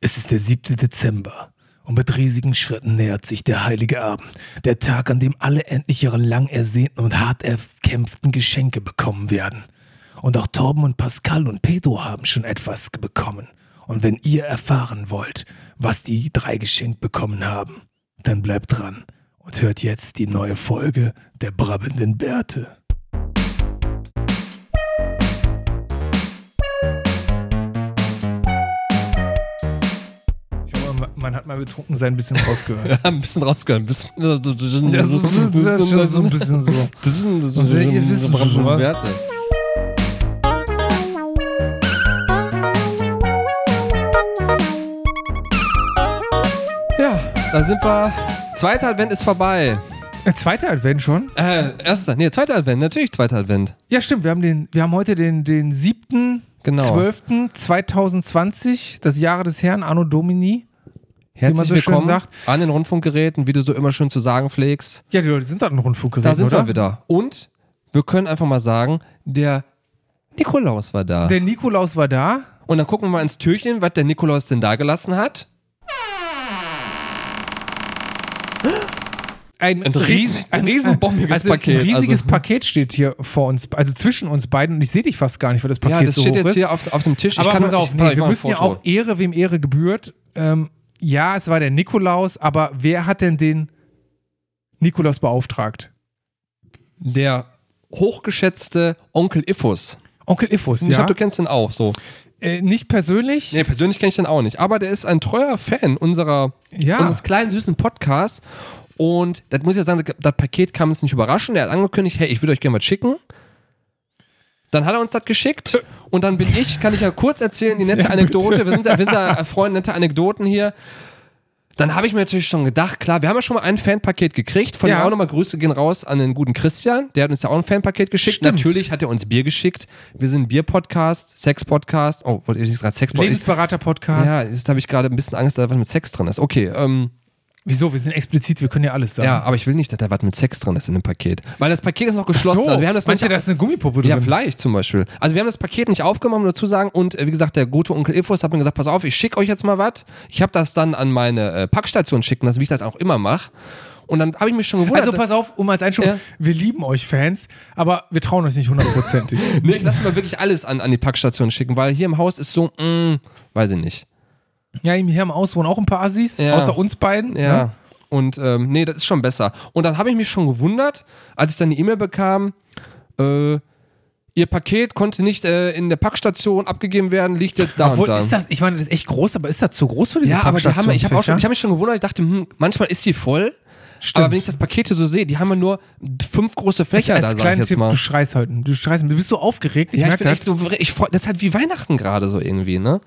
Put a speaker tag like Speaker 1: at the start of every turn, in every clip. Speaker 1: Es ist der 7. Dezember und mit riesigen Schritten nähert sich der heilige Abend, der Tag, an dem alle endlich ihre lang ersehnten und hart erkämpften Geschenke bekommen werden. Und auch Torben und Pascal und Pedro haben schon etwas bekommen. Und wenn ihr erfahren wollt, was die drei geschenkt bekommen haben, dann bleibt dran und hört jetzt die neue Folge der brabbelnden Bärte. Ich glaube, man hat mal betrunken sein ein bisschen rausgehört.
Speaker 2: Ja, ein bisschen rausgehört. Ein bisschen. äh,
Speaker 1: Ja, so, das ist schon so ein bisschen so.
Speaker 2: Und
Speaker 1: ihr wisst schon, wa?
Speaker 2: Werte. Ja, da sind wir. Zweiter Advent ist vorbei.
Speaker 1: Der zweite Advent schon?
Speaker 2: Äh, erster, nee, zweiter Advent, natürlich zweiter Advent.
Speaker 1: Ja, stimmt. Wir haben, den, wir haben heute den, den 7.
Speaker 2: Genau.
Speaker 1: 12. 2020, das Jahre des Herrn, Anno Domini.
Speaker 2: Herzlich
Speaker 1: man so schön
Speaker 2: willkommen
Speaker 1: sagt.
Speaker 2: an den Rundfunkgeräten, wie du so immer schön zu sagen pflegst.
Speaker 1: Ja, die Leute sind da ein Rundfunkgerät,
Speaker 2: Da sind
Speaker 1: oder?
Speaker 2: wir wieder. Und wir können einfach mal sagen, der Nikolaus war da.
Speaker 1: Der Nikolaus war da.
Speaker 2: Und dann gucken wir mal ins Türchen, was der Nikolaus denn da gelassen hat.
Speaker 1: Ein,
Speaker 2: Ein riesen- ein riesenbombiges
Speaker 1: also
Speaker 2: Paket,
Speaker 1: Ein riesiges
Speaker 2: also-
Speaker 1: Paket steht hier vor uns, also zwischen uns beiden. Und ich sehe dich fast gar nicht, weil das Paket
Speaker 2: ja, das
Speaker 1: so
Speaker 2: steht
Speaker 1: hoch
Speaker 2: jetzt
Speaker 1: ist.
Speaker 2: hier auf, auf dem Tisch.
Speaker 1: aber
Speaker 2: ich kann
Speaker 1: pass auf,
Speaker 2: ich,
Speaker 1: nee,
Speaker 2: ich
Speaker 1: wir
Speaker 2: mach ein
Speaker 1: müssen ja
Speaker 2: Foto.
Speaker 1: auch Ehre, wem Ehre gebührt. Ähm, ja, es war der Nikolaus, aber wer hat denn den Nikolaus beauftragt?
Speaker 2: Der hochgeschätzte Onkel Iffus.
Speaker 1: Onkel Iffus,
Speaker 2: Ich
Speaker 1: ja.
Speaker 2: hab, du kennst den auch so.
Speaker 1: äh, nicht persönlich.
Speaker 2: Nee, persönlich kenne ich den auch nicht. Aber der ist ein treuer Fan unserer,
Speaker 1: Ja.
Speaker 2: unseres kleinen, süßen Podcasts. Und das muss ich ja sagen, das, das Paket kam uns nicht überraschen. Er hat angekündigt, hey, ich würde euch gerne was schicken. Dann hat er uns das geschickt und dann bin ich, kann ich ja kurz erzählen, die nette Anekdote. Wir sind da, wir sind da Freunde, nette Anekdoten hier. Dann habe ich mir natürlich schon gedacht, klar, wir haben ja schon mal ein Fanpaket gekriegt. Von
Speaker 1: Ja.
Speaker 2: ja. auch nochmal Grüße gehen raus an den guten Christian. Der hat uns ja auch ein Fanpaket geschickt.
Speaker 1: Stimmt.
Speaker 2: Natürlich hat er uns Bier geschickt. Wir sind ein Bier-Podcast, Sex-Podcast. Oh, wollte ich gerade Sex-Podcast?
Speaker 1: Lebensberater-Podcast.
Speaker 2: Ja, jetzt habe ich gerade ein bisschen Angst, dass da was mit Sex drin ist. Okay, ähm,
Speaker 1: Wieso? Wir sind explizit, wir können ja alles sagen.
Speaker 2: ja, aber ich will nicht, dass da was mit Sex drin ist in dem Paket. Weil das Paket ist noch geschlossen.
Speaker 1: So,
Speaker 2: also wir haben das
Speaker 1: meinst du,
Speaker 2: nicht-
Speaker 1: da ist eine Gummipuppe drin?
Speaker 2: ja, vielleicht zum Beispiel. Also wir haben das Paket nicht aufgemacht, muss dazu sagen. Und äh, wie gesagt, der gute Onkel Infos hat mir gesagt, pass auf, ich schicke euch jetzt mal was. Ich habe das dann an meine äh, Packstation schicken lassen, wie ich das auch immer mache. Und dann habe ich mich schon gewundert.
Speaker 1: Also pass auf, um als Einschub,
Speaker 2: Ja.
Speaker 1: wir lieben euch Fans, aber wir trauen euch nicht hundertprozentig.
Speaker 2: nee, ich lasse mir wirklich alles an, an die Packstation schicken, weil hier im Haus ist so, mm, weiß ich nicht.
Speaker 1: ja, hier im Haus wohnen auch ein paar Assis,
Speaker 2: Ja.
Speaker 1: außer uns beiden.
Speaker 2: Ja.
Speaker 1: ne?
Speaker 2: Und ähm, nee, das ist schon besser. Und dann habe ich mich schon gewundert, als ich dann die E-Mail bekam, äh, ihr Paket konnte nicht äh, in der Packstation abgegeben werden, liegt jetzt da
Speaker 1: Obwohl,
Speaker 2: und da.
Speaker 1: ist das, ich meine, das ist echt groß, aber ist das zu groß für diese
Speaker 2: ja, aber die haben, ich habe
Speaker 1: Pappstationen,
Speaker 2: hab mich schon gewundert, ich dachte, hm, manchmal ist die voll.
Speaker 1: Stimmt.
Speaker 2: Aber wenn ich das Paket hier so sehe, die haben ja nur fünf große Fächer
Speaker 1: Fächer? als, als
Speaker 2: da, sag ich
Speaker 1: kleinen
Speaker 2: jetzt
Speaker 1: Tipp,
Speaker 2: mal.
Speaker 1: du schreist heute, du schreist, du bist so aufgeregt, ich
Speaker 2: ja, ich
Speaker 1: merke
Speaker 2: bin
Speaker 1: das.
Speaker 2: echt so, ich freu, das ist halt wie Weihnachten gerade so irgendwie, ne?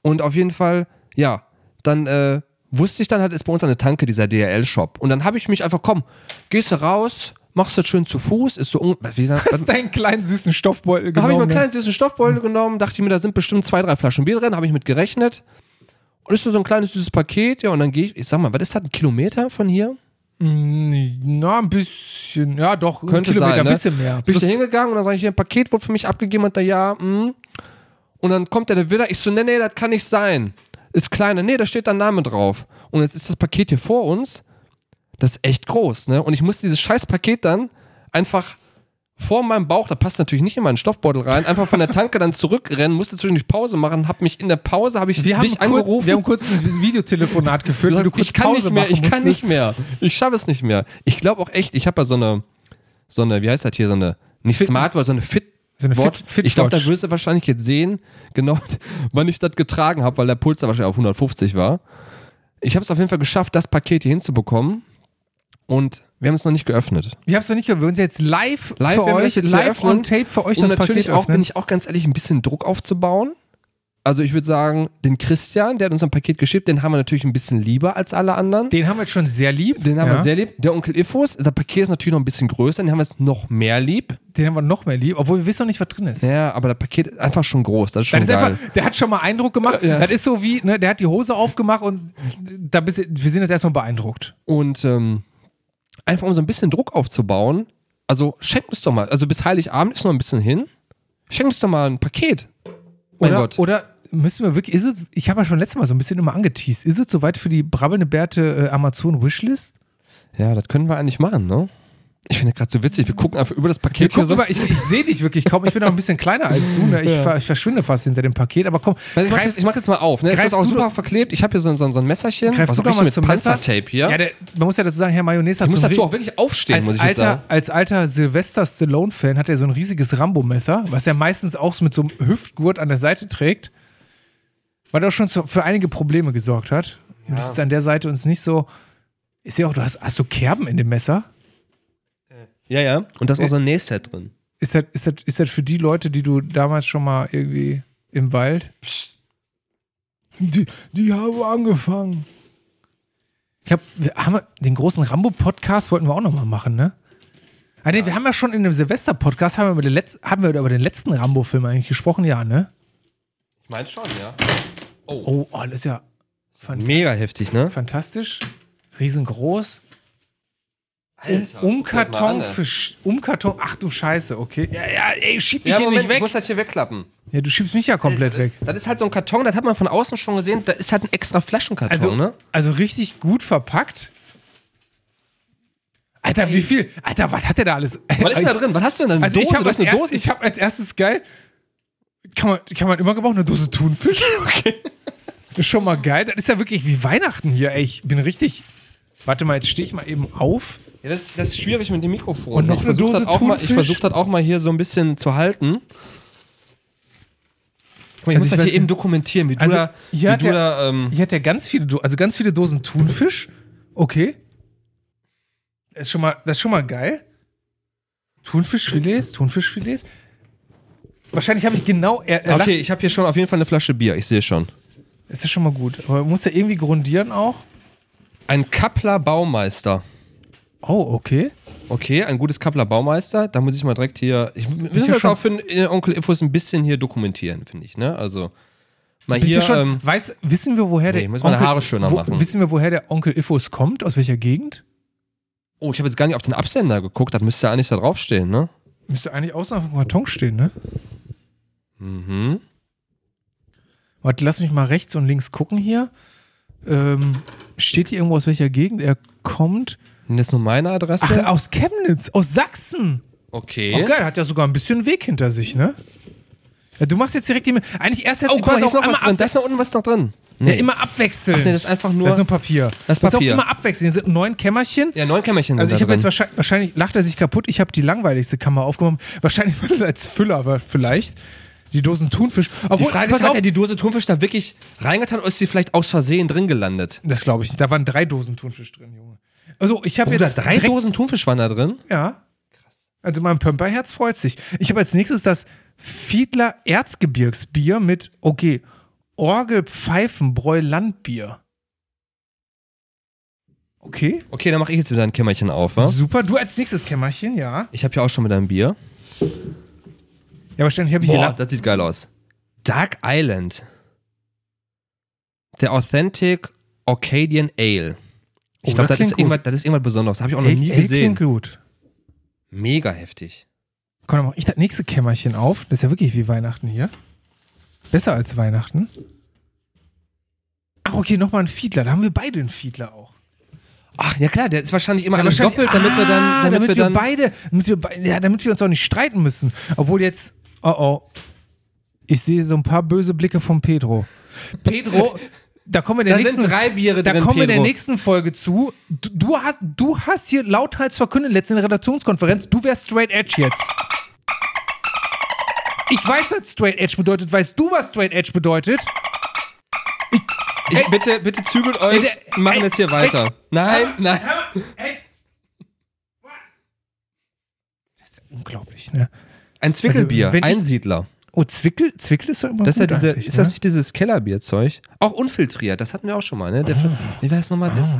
Speaker 2: Und auf jeden Fall, ja, dann äh, wusste ich dann halt, ist bei uns an der Tanke dieser DRL-Shop. Und dann habe ich mich einfach, komm, gehst du raus, machst das schön zu Fuß, ist so, un- wie gesagt,
Speaker 1: Hast deinen kleinen süßen Stoffbeutel
Speaker 2: da habe ich mir
Speaker 1: genommen,
Speaker 2: einen kleinen süßen Stoffbeutel genommen, dachte ich mir, da sind bestimmt zwei, drei Flaschen Bier drin, habe ich mit gerechnet. Und ist so so ein kleines süßes Paket, ja, und dann gehe ich, ich sag mal, was ist das, ein Kilometer von hier?
Speaker 1: Mm, Na, ein bisschen, ja doch,
Speaker 2: Könnte
Speaker 1: ein Kilometer,
Speaker 2: sein, ne?
Speaker 1: ein bisschen mehr.
Speaker 2: Bin ich
Speaker 1: Plus-
Speaker 2: da hingegangen und dann sage ich, hier, ein Paket wurde für mich abgegeben und da ja, hm. Und dann kommt der, der wieder, ich so, nee, nee, das kann nicht sein. Ist kleiner, nee, da steht dein Name drauf. Und jetzt ist das Paket hier vor uns, das ist echt groß, ne? Und ich musste dieses scheiß Paket dann einfach vor meinem Bauch, da passt natürlich nicht in meinen Stoffbeutel rein, einfach von der Tanke dann zurückrennen, musste zwischendurch Pause machen, hab mich in der Pause, habe ich
Speaker 1: wir haben,
Speaker 2: dich
Speaker 1: kurz,
Speaker 2: angerufen.
Speaker 1: wir haben kurz ein Videotelefonat geführt, weil du
Speaker 2: gesagt,
Speaker 1: kurz
Speaker 2: ich kann
Speaker 1: Pause
Speaker 2: nicht mehr,
Speaker 1: machen
Speaker 2: ich kann
Speaker 1: musstest.
Speaker 2: nicht mehr. Ich schaffe es nicht mehr. Ich glaube auch echt, ich habe ja so eine, so eine, wie heißt das hier, so eine, nicht
Speaker 1: Fit-
Speaker 2: Smartwatch, so eine Fit.
Speaker 1: So eine
Speaker 2: Watch.
Speaker 1: Fit- Fit
Speaker 2: ich glaube, da
Speaker 1: Watch.
Speaker 2: wirst du wahrscheinlich jetzt sehen, genau, wann ich das getragen habe, weil der Puls da wahrscheinlich auf 150 war. Ich habe es auf jeden Fall geschafft, das Paket hier hinzubekommen. Und wir haben es noch nicht geöffnet.
Speaker 1: Ich hab's noch nicht gehört. Wir uns jetzt live,
Speaker 2: Live werden
Speaker 1: für
Speaker 2: wir es
Speaker 1: euch,
Speaker 2: jetzt hier
Speaker 1: live
Speaker 2: öffnen.
Speaker 1: on tape für euch
Speaker 2: um
Speaker 1: das
Speaker 2: natürlich
Speaker 1: Paket
Speaker 2: auch, bin
Speaker 1: öffnen.
Speaker 2: ich auch ganz ehrlich, ein bisschen Druck aufzubauen. Also ich würde sagen, den Christian, der hat uns ein Paket geschickt, den haben wir natürlich ein bisschen lieber als alle anderen.
Speaker 1: Den haben wir jetzt schon sehr lieb.
Speaker 2: Den haben
Speaker 1: ja.
Speaker 2: wir sehr lieb. Der Onkel Iffos, das Paket ist natürlich noch ein bisschen größer, den haben wir jetzt noch mehr lieb.
Speaker 1: Den haben wir noch mehr lieb, obwohl wir wissen noch nicht, was drin ist.
Speaker 2: Ja, aber das Paket ist einfach schon groß. Das ist schon
Speaker 1: Das ist
Speaker 2: geil.
Speaker 1: einfach, der hat schon mal Eindruck gemacht.
Speaker 2: Ja.
Speaker 1: Das ist so wie, ne, der hat die Hose aufgemacht und da bist, du- wir sind jetzt erstmal beeindruckt.
Speaker 2: Und ähm, einfach um so ein bisschen Druck aufzubauen, also schenkt uns doch mal. Also bis Heiligabend ist noch ein bisschen hin. Schenkt uns doch mal ein Paket. Mein
Speaker 1: oder,
Speaker 2: Gott.
Speaker 1: Oder müssen wir wirklich, ist es, ich habe ja schon letztes Mal so ein bisschen immer angeteased, ist es soweit für die brabbelnde Bärte äh, Amazon Wishlist?
Speaker 2: Ja, das können wir eigentlich machen, ne? Ich finde gerade so witzig, wir gucken einfach über das
Speaker 1: Wir
Speaker 2: Paket hier
Speaker 1: gucken
Speaker 2: so.
Speaker 1: mal, ich ich sehe dich wirklich kaum, ich bin auch ein bisschen kleiner als du, ne? ich, ver, ich verschwinde fast hinter dem Paket, aber komm,
Speaker 2: Weil Ich mach,
Speaker 1: greif,
Speaker 2: jetzt, ich mach jetzt mal auf, ne? Jetzt
Speaker 1: greif
Speaker 2: ist das auch
Speaker 1: du
Speaker 2: super verklebt. Ich habe hier so, ein- so, ein- so ein Messerchen.
Speaker 1: greif
Speaker 2: was
Speaker 1: du
Speaker 2: auch
Speaker 1: doch
Speaker 2: richtig
Speaker 1: mal
Speaker 2: mit
Speaker 1: zum Messer.
Speaker 2: Panzertape hier.
Speaker 1: Ja, der, man muss ja dazu sagen, Herr Mayonnaise hat
Speaker 2: ich muss
Speaker 1: so ein
Speaker 2: dazu
Speaker 1: ri-
Speaker 2: auch wirklich aufstehen,
Speaker 1: als
Speaker 2: muss ich jetzt sagen.
Speaker 1: alter, als alter Sylvester Stallone-Fan hat er so ein riesiges Rambo-Messer, was er meistens auch mit so einem Hüftgurt an der Seite trägt, weil er auch schon zu, für einige Probleme gesorgt hat. Und das ist an der Seite uns nicht so. Ich sehe auch, du hast, hast du Kerben in dem Messer?
Speaker 2: Ja, ja. Und da ist auch so ein Nähset drin.
Speaker 1: Ist das, ist, das, ist das für die Leute, die du damals schon mal irgendwie im Wald? Die, die haben angefangen. Ich glaube, wir haben wir- den großen Rambo-Podcast wollten wir auch nochmal machen, ne? Ah, nee, wir haben ja schon in dem Silvester-Podcast haben wir, über den Letz-, haben wir über den letzten Rambo-Film eigentlich gesprochen, ja, ne?
Speaker 2: Ich meine schon, ja.
Speaker 1: Oh, oh, das ist ja fant
Speaker 2: Mega heftig, ne?
Speaker 1: fantastisch. Riesengroß. Um,
Speaker 2: ne?
Speaker 1: Umkarton für Sch- Umkarton. Ach du Scheiße, okay. Ja, ja, ey, schieb mich
Speaker 2: Ja,
Speaker 1: hier
Speaker 2: Moment, ich
Speaker 1: nicht
Speaker 2: muss
Speaker 1: weg.
Speaker 2: das hier wegklappen.
Speaker 1: Ja, du schiebst mich ja komplett
Speaker 2: das,
Speaker 1: weg.
Speaker 2: Ist, das ist halt so ein Karton, das hat man von außen schon gesehen. Da ist halt ein extra Flaschenkarton,
Speaker 1: Also,
Speaker 2: ne?
Speaker 1: also richtig gut verpackt. Alter, wie viel? Alter, was hat der da alles?
Speaker 2: Was ist denn da drin? Was hast du denn da? Eine
Speaker 1: Also
Speaker 2: Dose?
Speaker 1: ich habe
Speaker 2: Du
Speaker 1: als,
Speaker 2: hast eine
Speaker 1: erstes-
Speaker 2: Dose?
Speaker 1: ich hab als erstes geil. Kann man, kann man immer gebrauchen, eine Dose Thunfisch. Okay. Ist schon mal geil. Das ist ja wirklich wie Weihnachten hier. Ey, ich bin richtig. Warte mal, jetzt stehe ich mal eben auf.
Speaker 2: Ja, das, das ist schwierig mit dem Mikrofon.
Speaker 1: Und noch
Speaker 2: ich
Speaker 1: eine
Speaker 2: versuch
Speaker 1: Dose
Speaker 2: das auch mal, Ich
Speaker 1: Thunfisch?
Speaker 2: versuche das auch mal hier so ein bisschen zu halten. Guck mal, ich
Speaker 1: Also
Speaker 2: muss
Speaker 1: ich
Speaker 2: das
Speaker 1: weiß
Speaker 2: hier eben
Speaker 1: nicht-
Speaker 2: dokumentieren, wie
Speaker 1: Also,
Speaker 2: du da,
Speaker 1: hier
Speaker 2: wie
Speaker 1: hat
Speaker 2: du
Speaker 1: der-
Speaker 2: da ähm,
Speaker 1: Hier hat er ganz viele, Do also ganz viele Dosen Thunfisch. Okay. Das ist schon mal, das ist schon mal geil. Thunfischfilets, Thunfischfilets. Wahrscheinlich habe ich genau. Er, er
Speaker 2: Okay,
Speaker 1: lacht-
Speaker 2: ich habe hier schon auf jeden Fall eine Flasche Bier, ich sehe schon.
Speaker 1: Es ist schon mal gut. Aber man muss ja irgendwie grundieren auch.
Speaker 2: Ein Kappler Baumeister.
Speaker 1: Oh, okay.
Speaker 2: Okay, ein gutes Kappler Baumeister. Da muss ich mal direkt hier. Ich wir
Speaker 1: ja
Speaker 2: müssen das
Speaker 1: schon-
Speaker 2: auch für den, äh, Onkel Infos ein bisschen hier dokumentieren, finde ich, ne? Also, mal
Speaker 1: Bin
Speaker 2: hier.
Speaker 1: ich schon,
Speaker 2: Ähm,
Speaker 1: weiß, wissen wir, woher der
Speaker 2: Nee, muss meine Haare schöner
Speaker 1: wo,
Speaker 2: machen.
Speaker 1: Wissen wir, woher der Onkel Iffos kommt? Aus welcher Gegend?
Speaker 2: oh, ich habe jetzt gar nicht auf den Absender geguckt. Das müsste ja eigentlich da draufstehen, ne?
Speaker 1: Müsste eigentlich außen auf dem Karton stehen, ne?
Speaker 2: Mhm.
Speaker 1: Warte, lass mich mal rechts und links gucken hier. Ähm, steht hier irgendwo, aus welcher Gegend er kommt?
Speaker 2: Und das ist nur meine Adresse.
Speaker 1: Ach, aus Chemnitz, aus Sachsen.
Speaker 2: okay.
Speaker 1: Oh, geil, hat ja sogar ein bisschen Weg hinter sich, ne? Ja, du machst jetzt direkt die. Eigentlich erst jetzt
Speaker 2: Oh, guck mal, hier ist noch was drin.
Speaker 1: abwechseln.
Speaker 2: Da ist noch unten was noch drin.
Speaker 1: Ja, immer abwechseln.
Speaker 2: Ach nee, das ist einfach nur-
Speaker 1: Das ist nur Papier.
Speaker 2: Das ist
Speaker 1: Pass auf,
Speaker 2: Papier.
Speaker 1: immer abwechseln. Hier sind neun Kämmerchen.
Speaker 2: ja, neun Kämmerchen
Speaker 1: Also
Speaker 2: sind
Speaker 1: ich
Speaker 2: da
Speaker 1: habe jetzt
Speaker 2: drin.
Speaker 1: wahrscheinlich, wahrscheinlich lacht er sich kaputt. Ich habe die langweiligste Kammer aufgemacht. Wahrscheinlich weil das als Füller war vielleicht die Dosen Thunfisch.
Speaker 2: Die
Speaker 1: Obwohl,
Speaker 2: Frage
Speaker 1: pass
Speaker 2: ist, halt, hat
Speaker 1: auf,
Speaker 2: er die Dose Thunfisch da wirklich reingetan oder ist sie vielleicht aus Versehen drin gelandet?
Speaker 1: das glaube ich nicht. Da waren drei Dosen Thunfisch drin, Junge. Also ich habe
Speaker 2: Oder
Speaker 1: jetzt
Speaker 2: drei
Speaker 1: direkt-
Speaker 2: Dosen Thunfisch waren da drin?
Speaker 1: Ja. Also mein Pömperherz freut sich. Ich habe als nächstes das Fiedler Erzgebirgsbier mit okay Orgelpfeifenbräu Landbier. Okay.
Speaker 2: Okay, dann mache ich jetzt wieder ein Kämmerchen auf, wa?
Speaker 1: Super. Du als nächstes Kämmerchen, ja.
Speaker 2: Ich habe ja auch schon wieder ein Bier.
Speaker 1: Ja, wahrscheinlich habe ich hier
Speaker 2: Boah,
Speaker 1: lang.
Speaker 2: das sieht geil aus. Dark Island. The Authentic Arcadian Ale. Ich
Speaker 1: Oh,
Speaker 2: glaube,
Speaker 1: das
Speaker 2: das, ist
Speaker 1: klingt gut.
Speaker 2: irgendwas- das ist irgendwas Besonderes. Das habe ich auch noch
Speaker 1: Ey,
Speaker 2: nie
Speaker 1: ey,
Speaker 2: gesehen.
Speaker 1: Klingt gut.
Speaker 2: Mega heftig.
Speaker 1: Komm, dann mache ich das nächste Kämmerchen auf. Das ist ja wirklich wie Weihnachten hier. Besser als Weihnachten. Ach, okay, nochmal ein Fiedler. Da haben wir beide einen Fiedler auch.
Speaker 2: Ach, ja klar, der ist wahrscheinlich immer
Speaker 1: Ja,
Speaker 2: alles
Speaker 1: wahrscheinlich-
Speaker 2: doppelt, damit wir
Speaker 1: Ah,
Speaker 2: dann, damit wir dann
Speaker 1: beide, damit wir, bei- ja, damit wir uns auch nicht streiten müssen. Obwohl jetzt, oh oh, ich sehe so ein paar böse Blicke von Pedro. Pedro, da kommen wir der
Speaker 2: Da sind
Speaker 1: nächsten
Speaker 2: drei Biere
Speaker 1: da
Speaker 2: drin,
Speaker 1: kommen wir der
Speaker 2: Pedro.
Speaker 1: nächsten Folge zu. Du, du hast, du hast hier lauthals verkündet letzte in der Redaktionskonferenz, du wärst Straight Edge jetzt. Ich weiß, was Straight Edge bedeutet. Weißt du, was Straight Edge bedeutet?
Speaker 2: Ich, bitte, bitte zügelt euch.
Speaker 1: Ey, der-
Speaker 2: wir machen
Speaker 1: ey, also,
Speaker 2: jetzt hier weiter. nein, nein.
Speaker 1: Das ist ja unglaublich, ne?
Speaker 2: Ein Zwickelbier,
Speaker 1: Also, wenn ich-
Speaker 2: Einsiedler.
Speaker 1: Oh, Zwickel, Zwickel ist doch immer
Speaker 2: Das ist, ja
Speaker 1: gut
Speaker 2: diese,
Speaker 1: eigentlich,
Speaker 2: ist das
Speaker 1: ne?
Speaker 2: nicht dieses Kellerbierzeug? Auch unfiltriert, das hatten wir auch schon mal,
Speaker 1: Ah.
Speaker 2: ne? Der, Wie war das nochmal? Das,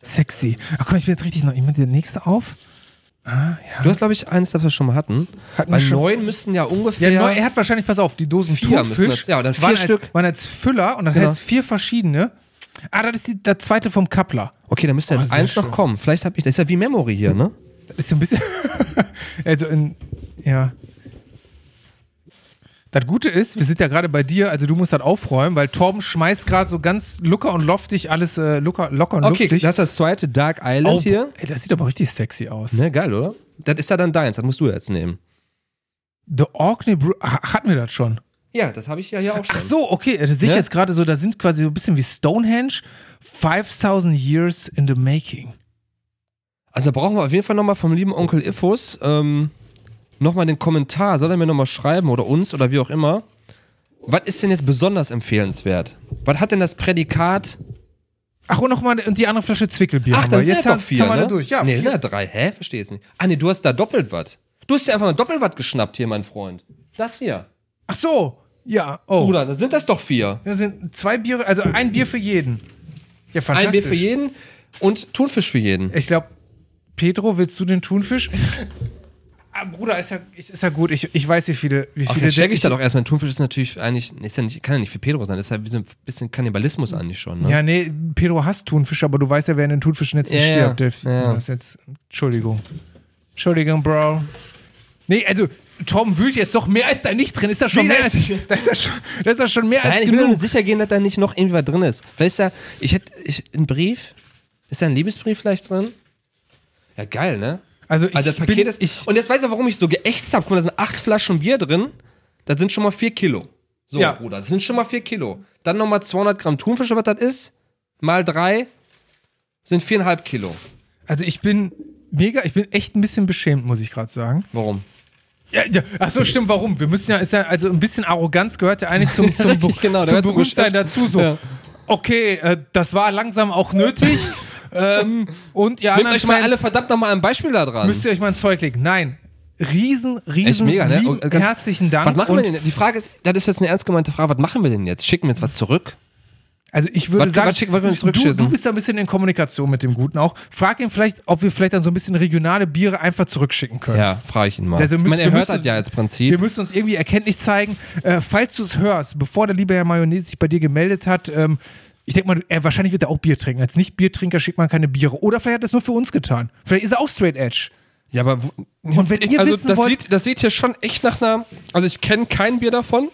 Speaker 1: Sexy. Ach komm, ich bin jetzt richtig noch. Ich mache den nächste auf.
Speaker 2: du hast, glaube ich, eins, das wir schon mal hatten.
Speaker 1: Hatten
Speaker 2: Bei
Speaker 1: wir schon-
Speaker 2: neun müssten ja ungefähr.
Speaker 1: Ja, neu, er hat wahrscheinlich, pass auf, die Dosen
Speaker 2: Vier müssen
Speaker 1: Thunfisch
Speaker 2: das- ja, und dann vier
Speaker 1: waren als,
Speaker 2: Stück.
Speaker 1: waren als Füller und dann
Speaker 2: Genau.
Speaker 1: heißt vier verschiedene. Ah, das ist die, der zweite vom Kappler.
Speaker 2: okay, da müsste
Speaker 1: Oh,
Speaker 2: jetzt
Speaker 1: sehr
Speaker 2: eins noch
Speaker 1: schön.
Speaker 2: kommen. Vielleicht habe ich. Das ist ja wie Memory hier, ne?
Speaker 1: Das ist so ein bisschen. also in. Ja. Da Das Gute ist, wir sind ja gerade bei dir, also du musst das aufräumen, weil Torben schmeißt gerade so ganz locker und loftig alles äh, locker, locker und
Speaker 2: Okay,
Speaker 1: luftig.
Speaker 2: das ist das zweite Dark Island
Speaker 1: Au,
Speaker 2: hier.
Speaker 1: Ey, das sieht aber richtig sexy aus.
Speaker 2: Ne, geil, oder? Das ist ja dann deins, das musst du jetzt nehmen.
Speaker 1: The Orkney Brew. Ha- Hatten wir das schon?
Speaker 2: Ja, das habe ich ja hier auch schon.
Speaker 1: Ach so, okay. äh, Das sehe ich
Speaker 2: Ne?
Speaker 1: jetzt gerade so, da sind quasi so ein bisschen wie Stonehenge. 5000 Years in the Making.
Speaker 2: Also brauchen wir auf jeden Fall nochmal vom lieben Onkel Iffus ähm, nochmal den Kommentar. Soll er mir nochmal schreiben oder uns oder wie auch immer. Was ist denn jetzt besonders empfehlenswert? Was hat denn das Prädikat?
Speaker 1: Ach, und nochmal und die andere Flasche Zwickelbier. haben wir. jetzt haben- haben wir da durch. Ja,
Speaker 2: ne? nee, sind
Speaker 1: vier.
Speaker 2: ja drei. Hä? Verstehe jetzt nicht. Ah, nee, du hast da doppelt was. Du hast ja einfach mal doppelt was geschnappt hier, mein Freund. Das hier.
Speaker 1: Ach so. Ja, oh.
Speaker 2: Bruder, da sind das doch vier.
Speaker 1: Da sind zwei Biere, also ein Bier für jeden. Ja, fantastisch.
Speaker 2: Ein Bier für jeden und Thunfisch für jeden.
Speaker 1: Ich glaube, Pedro, willst du den Thunfisch? ah, Bruder, ist ja, ist ja gut. Ich, ich weiß, wie viele. Wie
Speaker 2: Ach,
Speaker 1: viele
Speaker 2: jetzt check ich
Speaker 1: der-
Speaker 2: da doch erstmal. Thunfisch ist natürlich eigentlich, ist ja nicht, kann ja nicht für Pedro sein. Das ist ja wie so ein bisschen Kannibalismus eigentlich schon. Ne?
Speaker 1: Ja, nee, Pedro hasst Thunfisch, aber du weißt ja, wer in den Thunfischnetzen
Speaker 2: Ja, ja.
Speaker 1: stirbt. Der-
Speaker 2: Ja.
Speaker 1: Das ist jetzt, Entschuldigung. Entschuldigung, Bro. Nee, also, Tom wühlt jetzt doch mehr ist da nicht drin. Ist das schon
Speaker 2: Nee,
Speaker 1: mehr
Speaker 2: das
Speaker 1: als, das ist das schon, das ist das schon mehr
Speaker 2: Nein,
Speaker 1: als
Speaker 2: ich will nur
Speaker 1: genug.
Speaker 2: sicher gehen, dass da nicht noch irgendwas drin ist. Weißt du, ich hätte ich, ein Brief. Ist da ein Liebesbrief vielleicht drin? Ja, geil, ne?
Speaker 1: Also, ich
Speaker 2: Also das Paket
Speaker 1: bin,
Speaker 2: ist.
Speaker 1: ich,
Speaker 2: und jetzt weiß ich, warum ich so geächtzt habe. Guck mal, da sind acht Flaschen Bier drin. Da sind schon mal vier Kilo. So,
Speaker 1: Ja.
Speaker 2: Bruder, das sind schon mal vier Kilo. Dann nochmal 200 Gramm Thunfisch, was das ist. Mal drei sind viereinhalb Kilo.
Speaker 1: also, ich bin mega, ich bin echt ein bisschen beschämt, muss ich gerade sagen.
Speaker 2: Warum?
Speaker 1: Ja, ja. Ach so, stimmt, warum? Wir müssen ja, ist ja, also ein bisschen Arroganz gehört ja eigentlich zum, zum, Be-
Speaker 2: Genau, da gehört
Speaker 1: zum
Speaker 2: zum
Speaker 1: Berühmtsein
Speaker 2: Geschäft.
Speaker 1: dazu. So.
Speaker 2: Ja.
Speaker 1: Okay, äh, das war langsam auch nötig. ähm, und ja,
Speaker 2: Nehmt euch mal alle verdammt nochmal ein Beispiel da dran.
Speaker 1: müsst ihr euch mal ein Zeug legen. Nein, riesen,
Speaker 2: Also Echt
Speaker 1: riesen,
Speaker 2: mega, ne?
Speaker 1: lieben,
Speaker 2: Ganz-
Speaker 1: herzlichen Dank.
Speaker 2: Was machen wir
Speaker 1: Und-
Speaker 2: denn? jetzt? Die Frage ist, das ist jetzt eine ernst gemeinte Frage, was machen wir denn jetzt? Schicken wir jetzt was zurück?
Speaker 1: Also ich würde
Speaker 2: Was-
Speaker 1: sagen,
Speaker 2: was schicken wir uns
Speaker 1: du,
Speaker 2: zurückschießen?
Speaker 1: du bist da ein bisschen in Kommunikation mit dem Guten auch. Frag ihn vielleicht, ob wir vielleicht dann so ein bisschen regionale Biere einfach zurückschicken können.
Speaker 2: Ja, frage ich ihn mal.
Speaker 1: Also
Speaker 2: ich
Speaker 1: müsst-
Speaker 2: meine, er
Speaker 1: wir
Speaker 2: hört
Speaker 1: müssen-
Speaker 2: das ja als
Speaker 1: Wir
Speaker 2: Prinzip.
Speaker 1: müssen uns irgendwie erkenntlich zeigen. Äh, falls du es hörst, bevor der liebe Herr Mayonnaise sich bei dir gemeldet hat, ähm, ich denke mal, er wahrscheinlich wird er auch Bier trinken. Als Nicht-Biertrinker schickt man keine Biere. Oder vielleicht hat er es nur für uns getan. Vielleicht ist er auch Straight Edge.
Speaker 2: Ja, aber wo-
Speaker 1: Und wenn ihr
Speaker 2: also
Speaker 1: wissen
Speaker 2: das
Speaker 1: wollt-
Speaker 2: sieht, das sieht hier schon echt nach einer. Also ich kenne kein Bier davon.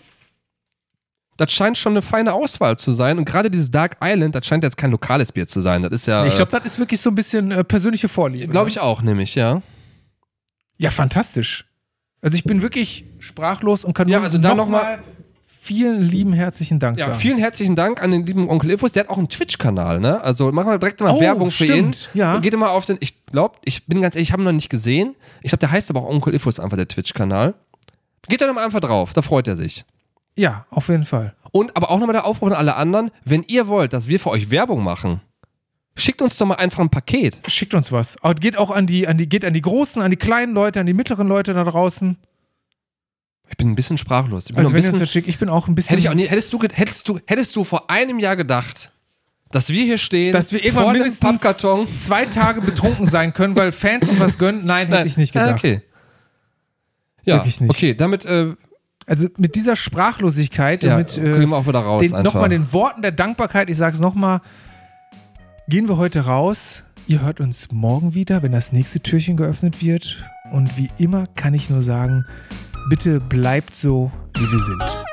Speaker 2: Das scheint schon eine feine Auswahl zu sein. Und gerade dieses Dark Island, das scheint jetzt kein lokales Bier zu sein. Das ist ja.
Speaker 1: Ich glaube, das ist wirklich so ein bisschen äh, persönliche Vorliebe.
Speaker 2: glaube ich auch, nämlich, ja.
Speaker 1: Ja, fantastisch. Also ich bin wirklich sprachlos und kann
Speaker 2: Ja,
Speaker 1: nur
Speaker 2: also da
Speaker 1: noch
Speaker 2: noch mal-
Speaker 1: mal vielen lieben herzlichen Dank
Speaker 2: Ja,
Speaker 1: sagen.
Speaker 2: vielen herzlichen Dank an den lieben Onkel Infos. Der hat auch einen Twitch-Kanal, ne? Also machen wir direkt mal
Speaker 1: Oh,
Speaker 2: Werbung für
Speaker 1: stimmt,
Speaker 2: ihn.
Speaker 1: ja.
Speaker 2: Geht immer auf den. Ich glaube, ich bin ganz ehrlich, ich habe ihn noch nicht gesehen. Ich glaube, der heißt aber auch Onkel Infos einfach der Twitch-Kanal. Geht da noch mal einfach drauf, da freut er sich.
Speaker 1: ja, auf jeden Fall.
Speaker 2: Und aber auch nochmal der Aufruf an alle anderen, wenn ihr wollt, dass wir für euch Werbung machen, schickt uns doch mal einfach ein Paket.
Speaker 1: Schickt uns was. Aber geht auch an die, an die, geht an die großen, an die kleinen Leute, an die mittleren Leute da draußen.
Speaker 2: Genau, Ich bin ein bisschen sprachlos. Ich bin
Speaker 1: Also
Speaker 2: noch
Speaker 1: wenn
Speaker 2: ein
Speaker 1: ihr uns
Speaker 2: bisschen,
Speaker 1: was schickt, ich bin auch ein bisschen.
Speaker 2: hätte ich auch nie, hättest, du, ge- hättest, du, hättest du vor einem Jahr gedacht, dass wir hier stehen,
Speaker 1: dass wir
Speaker 2: vor
Speaker 1: irgendwann
Speaker 2: einem
Speaker 1: mindestens
Speaker 2: Pappkarton.
Speaker 1: zwei Tage betrunken sein können, weil Fans uns was gönnen. Nein, hätte ich nicht
Speaker 2: Ah,
Speaker 1: gedacht.
Speaker 2: Okay. Ja,
Speaker 1: Wirklich nicht.
Speaker 2: okay, damit äh,
Speaker 1: Also mit dieser Sprachlosigkeit,
Speaker 2: ja,
Speaker 1: und mit äh,
Speaker 2: können wir auch wieder raus.
Speaker 1: den,
Speaker 2: einfach.
Speaker 1: nochmal den Worten der Dankbarkeit, ich sage es nochmal, gehen wir heute raus. Ihr hört uns morgen wieder, wenn das nächste Türchen geöffnet wird. Und wie immer kann ich nur sagen, bitte bleibt so, wie wir sind.